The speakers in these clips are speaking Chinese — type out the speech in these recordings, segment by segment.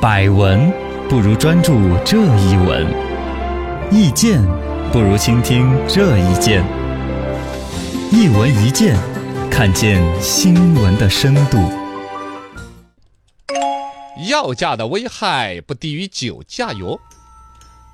百闻不如专注这一闻，意见不如倾听这一见。一闻一见，看见新闻的深度。药驾的危害不低于酒驾哟。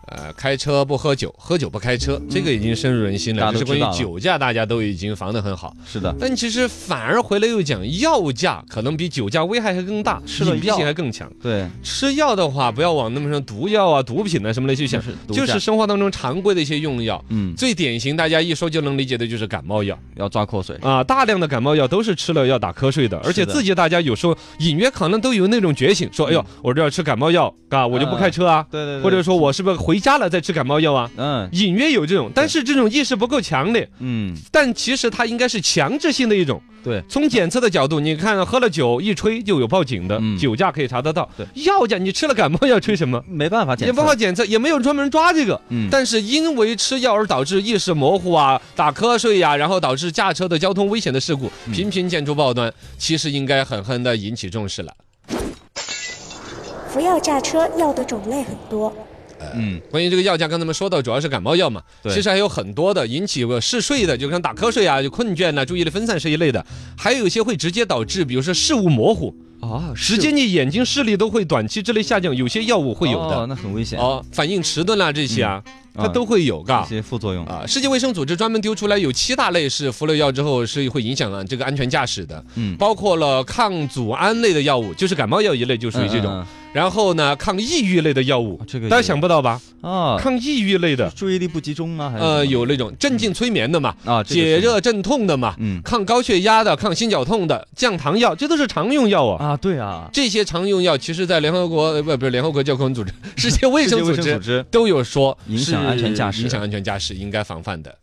呃，开车不喝酒，喝酒不开车，这个已经深入人心嗯大了。家就都是关于知道了酒驾，大家都已经防得很好。是的，但其实反而回来又讲药驾，可能比酒驾危害还更大，吃了隐蔽药性还更强。对，吃药的话，不要往那么上毒药啊、毒品啊什么的去想就是，毒就驾是生活当中常规的一些用药。嗯，最典型，大家一说就能理解的就是感冒药要抓阔水，啊，大量的感冒药都是吃了要打瞌睡的，而且是的自己大家有时候隐约可能都有那种觉醒，说哎呦，我这要吃感冒药啊，我就不开车啊，嗯对对或者说我是不是回家了再吃感冒药啊，嗯隐约有这种，但是这种意识不够强烈，嗯，但其实它应该是强制性的一种。对，从检测的角度，你看喝了酒一吹就有报警的，嗯酒驾可以查得到。对，药驾你吃了感冒药吹什么？没办法也不好，检测，也没有专门抓这个。嗯但是因为吃药而导致意识模糊啊、打瞌睡呀、然后导致驾车的交通危险的事故嗯频频见诸报端，其实应该狠狠的引起重视了。服药驾车药的种类很多，嗯关于这个药价，刚才我们说到，主要是感冒药嘛，对其实还有很多的引起过嗜睡的，就像打瞌睡啊、就困倦呐、注意力分散是一类的，还有一些会直接导致，比如说视物模糊，啊，直接你眼睛视力都会短期之内下降，有些药物会有的那很危险，哦，反应迟钝啦、这些啊，嗯它都会有这嘎。些副作用，啊，世界卫生组织专门丢出来有七大类是服了药之后是会影响啊这个安全驾驶的，嗯，包括了抗组胺类的药物，就是感冒药一类就属于这种，嗯，然后呢抗抑郁类的药物啊，这个大家也想不到吧？嗯啊，抗抑郁类的，注意力不集中啊，还是呃，什么有那种镇静催眠的嘛，啊，这个解是热镇痛的嘛，嗯抗高血压的、抗心绞痛的、降糖药，这都是常用药啊。啊，对啊，这些常用药，其实，在联合国呃不不是联合国教科文组织、 世界卫生世界组卫生织组织都有说影响安全驾驶是影响安全驾驶应该防范的。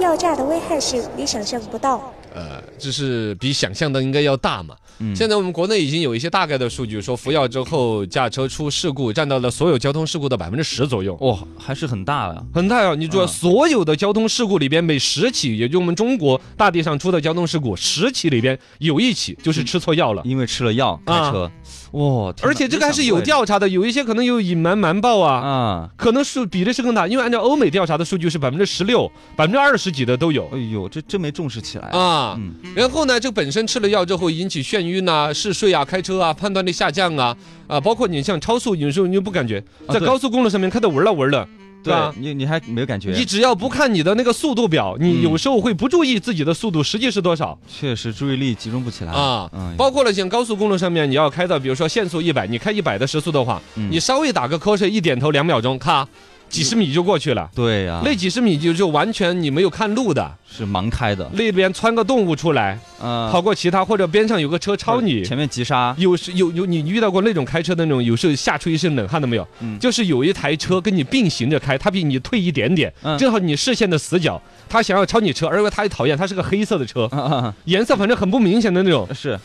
药驾的危害是你想象不到。呃，这是比想象的应该要大嘛。嗯现在我们国内已经有一些大概的数据，说服药之后驾车出事故占到了所有交通事故的百分之十左右。哇，还是很大呀，很大呀、你知道，嗯所有的交通事故里边，每十起，也就我们中国大地上出的交通事故，十起里边有一起就是吃错药了。因为吃了药开啊车，哇，天哪而且这个还是有没想调查的，有一些可能有隐瞒瞒报过啊，啊，可能是比例是更大，因为按照欧美调查的数据是百分之十六、百分之二十几的都有哎呦，这真没重视起来啊。嗯然后呢，这本身吃了药之后引起眩晕呐、嗜睡啊、开车啊、判断力下降啊，啊，包括你像超速，有时候你就不感觉，啊在对高速公路上面开的纹了纹了，对对吧？你你还没有感觉，你只要不看你的那个速度表，你嗯有时候会不注意自己的速度实际是多少确实注意力集中不起来啊。嗯，包括了像高速公路上面，你要开到比如说限速一百，你开一百的时速的话，嗯你稍微打个瞌睡，一点头两秒钟，咔，几十米就过去了。对呀，那几十米就就完全你没有看路的，是盲开的，那边穿个动物出来，啊，跑过其他或者边上有个车超你，前面急刹， 有时有有你遇到过那种开车的那种，有时候吓出一身冷汗的没有？嗯就是有一台车跟你并行着开，它比你退一点点，嗯正好你视线的死角，它想要超你车，而且它也讨厌，它是个黑色的车，啊啊颜色反正很不明显的 那种啊。是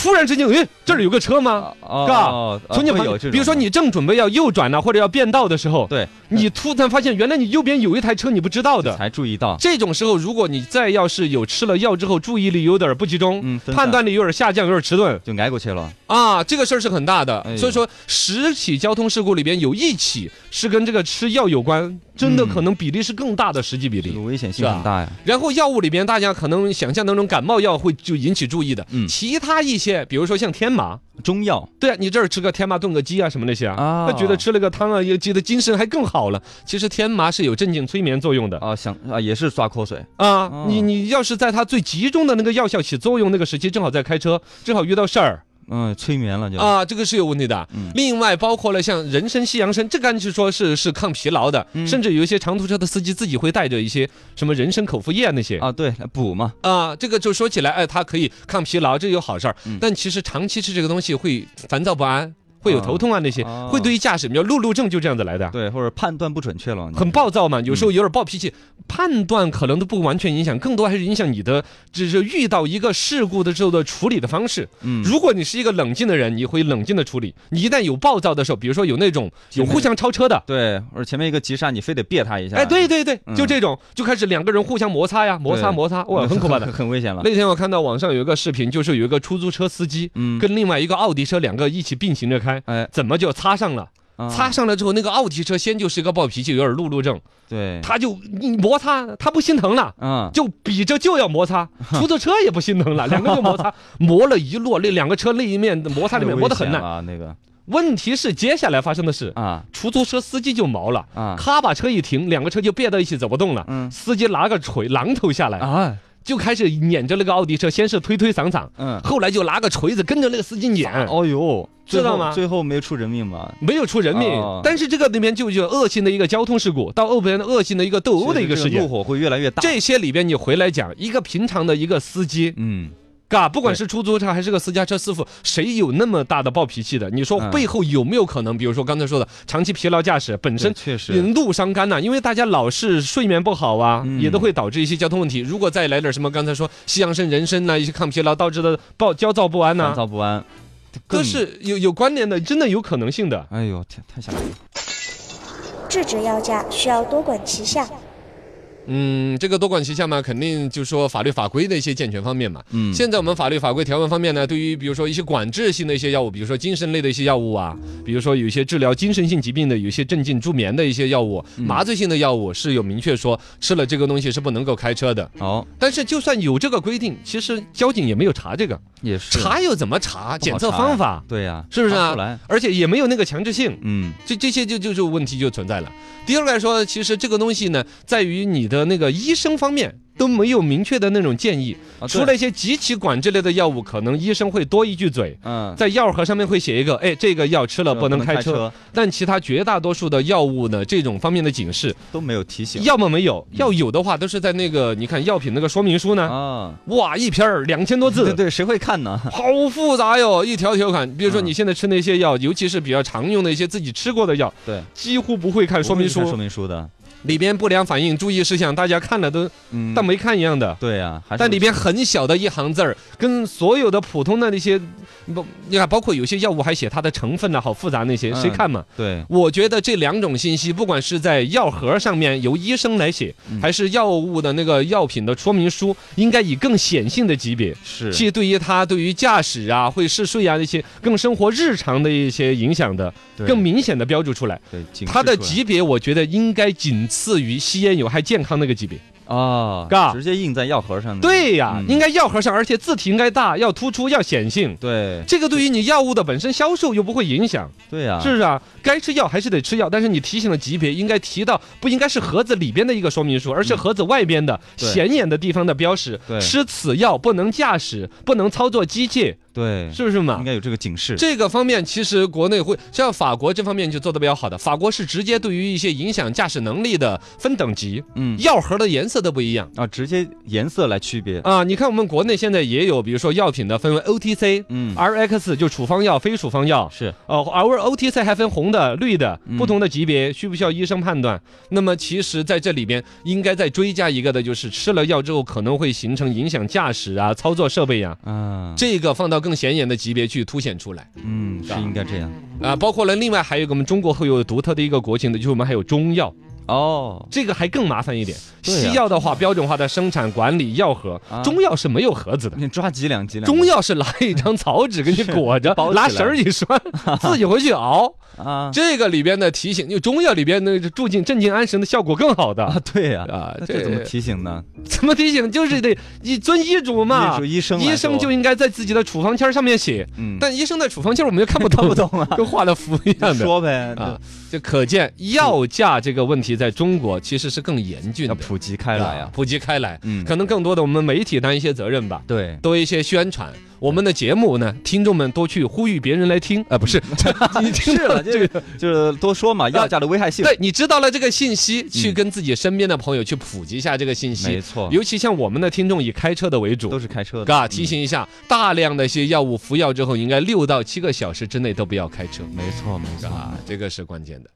突然之间，哎，这儿有个车吗？啊哦嘎哦从你会旁有边，这种比如说你正准备要右转呢、啊或者要变道的时候，对你突然发现原来你右边有一台车你不知道的。才注意到，这种时候，如果你再要是有吃了药之后注意力有点不集中，嗯分散判断力有点下降，有点迟钝，就挨过去了，啊，这个事儿是很大的，哎呦所以说十起交通事故里边有一起是跟这个吃药有关，真的嗯可能比例是更大的十几比这例。个危险是性啊很大呀，然后药物里边，大家可能想象当中感冒药会就引起注意的，嗯其他一些，比如说像天麻，中药对啊，你这儿吃个天麻炖个鸡啊什么那些啊啊，他觉得吃了个汤啊，也觉得精神还更好了。其实天麻是有镇静催眠作用的啊，想啊也是抓口水，啊哦，你你要是在它最集中的那个药效起作用那个时期，正好在开车，正好遇到事儿，嗯，催眠了就，啊，这个是有问题的。嗯另外，包括了像人参、西洋参，这个按是说是是抗疲劳的，嗯甚至有一些长途车的司机自己会带着一些什么人参口服液啊那些。啊啊对，来补嘛，这个就说起来，哎，它可以抗疲劳，这有好事儿。嗯但其实长期吃这个东西会烦躁不安，会有头痛啊那些，哦会对于驾驶，比如路怒症就这样子来的啊。对，或者判断不准确了，你很暴躁嘛，有时候有点暴脾气，判断可能都不完全影响，更多还是影响你的，只是遇到一个事故的时候的处理的方式。嗯如果你是一个冷静的人，你会冷静的处理；你一旦有暴躁的时候，比如说有那种有互相超车的，对，或者前面一个急刹，你非得别他一下，哎，对对对，嗯就这种就开始两个人互相摩擦呀，摩擦对嗯摩擦，哇，很可怕 的。很危险了。那天我看到网上有一个视频，就是有一个出租车司机嗯，跟另外一个奥迪车两个一起并行着开，哎，怎么就擦上了？啊嗯擦上了之后，那个奥迪车先就是一个暴脾气，有点路怒症，对，他就你摩擦，他不心疼了。嗯，就比着就要摩 擦，出租车也不心疼了，两个就摩擦，磨了一摞，那两个车那一面摩擦太里面危磨得很险烂。了那个问题是接下来发生的是，啊出租车司机就毛了，啊咔把车一停，两个车就别到一起走不动了。嗯司机拿个锤榔头下来，啊就开始撵着那个奥迪车，先是推推搡搡，嗯，后来就拿个锤子跟着那个司机撵。哦呦，最知道后吗最后没出人命吗？没有出人命哦，但是这个里面就有恶性的一个交通事故，到后边恶性的一个斗殴的一个所事以这件怒。火会越来越大。这些里边你回来讲，一个平常的一个司机，嗯，嘎，不管是出租车还是个私家车师傅，谁有那么大的暴脾气的？你说嗯背后有没有可能？比如说刚才说的长期疲劳驾驶本这身。确实，引怒伤肝呐、因为大家老是睡眠不好啊，嗯也都会导致一些交通问题。如果再来点什么，刚才说西洋参、人参呐、一些抗疲劳导致的暴焦躁不安烦呐、躁不安，都更是有有关联的，真的有可能性的。哎呦天，太吓人了。制止药驾需要多管齐下，嗯，这个多管齐下嘛，肯定就说法律法规的一些健全方面嘛。嗯，现在我们法律法规条文方面呢，对于比如说一些管制性的一些药物，比如说精神类的一些药物啊，比如说有一些治疗精神性疾病的、有一些镇静助眠的一些药物、嗯麻醉性的药物，是有明确说吃了这个东西是不能够开车的。好但是就算有这个规定，其实交警也没有查这个，也是查又怎么查？检测方法。对呀，是不是查啊不出来，而且也没有那个强制性，嗯这这些就就就问题就存在了。第二个来说，其实这个东西呢，在于你的那个医生方面都没有明确的那种建议，啊对除了一些极其管制类的药物，可能医生会多一句嘴。嗯，在药盒上面会写一个，哎，这个药吃了呃不能开车。但其他绝大多数的药物呢，这种方面的警示，都没有提醒要么没有，要有的话都是在那个你看药品那个说明书呢，嗯啊，哇，一篇儿两千多字，对对，谁会看呢？好复杂哟，一条条看。比如说嗯你现在吃那些药，尤其是比较常用的一些自己吃过的药，对，几乎不会看说明不会看说书，明书的，里边不良反应注意事项，大家看了都嗯当没看一样的。对呀，还是但里边很小的一行字儿，跟所有的普通的那些不，你看，包括有些药物还写它的成分啊呐、好复杂那些，谁嗯看嘛？对我觉得这两种信息，不管是在药盒上面由医生来写，嗯还是药物的那个药品的说明书，应该以更显性的级别。是去对于他对于驾驶啊、会嗜睡啊那些更生活日常的一些影响的对更明显的标注出来，对警它示的出来级别我觉得应该仅次于吸烟有害健康那个级别。啊嘎直接印在药盒上面，对呀，嗯应该药盒上，而且字体应该大，要突出，要显性。对这个对于你药物的本身销售又不会影响，对呀，是不是啊？该吃药还是得吃药，但是你提醒的级别应该提到，不应该是盒子里边的一个说明书，而是盒子外边的嗯对显眼的地方的标识对。吃此药不能驾驶，不能操作机械，对，是不是嘛嗯应？该有这个警示，这个方面其实国内会像法国这方面就做得比较好的，法国是直接对于一些影响驾驶能力的分等级，嗯药盒的颜色都不一样啊，直接颜色来区别，啊。你看我们国内现在也有，比如说药品的分为 OTC。嗯 RX 就处方药、非处方药，是哦，偶尔 OTC 还分红的、绿的，嗯不同的级别需不需要医生判断？那么其实在这里边应该再追加一个的，就是吃了药之后可能会形成影响驾驶啊、操作设备呀、啊，这个放到更显眼的级别去凸显出来。嗯是应该这样啊，包括了另外还有一个我们中国会有独特的一个国情的，就是我们还有中药，哦，这个还更麻烦一点。对西啊药的话，标准化的生产管理药盒啊，中药是没有盒子的。你抓几两几两，中药是拿一张草纸给你裹着 包，起来拿绳儿一拴，自己回去熬。 啊这个里边的提醒，因为中药里边那个助进镇静安神的效果更好的啊对呀，啊那。这这怎么提醒呢？怎么提醒？就是得以遵医嘱嘛医嘱。医生来医生说就应该在自己的处方签儿上面写，嗯，但医生的处方签儿我们又看不 看懂，不懂啊，跟画了符一样的。说呗啊，，这可见药价这个问题在中国其实是更严峻要的，普及开来呀、啊普及开来。嗯可能更多的我们媒体担一些责任吧，对，啊多一些宣传。我们的节目呢，听众们多去呼吁别人来听，啊，不 是，你听是到了，啊这个就是多说嘛，药价的危害性。对你知道了这个信息，去跟自己身边的朋友去普及一下这个信息。嗯没错尤其像我们的听众以开车的为主，都是开车的。嗯嘎，提醒一下，大量的一些药物服药之后，应该六到七个小时之内都不要开车。没错没错。啊，这个是关键的。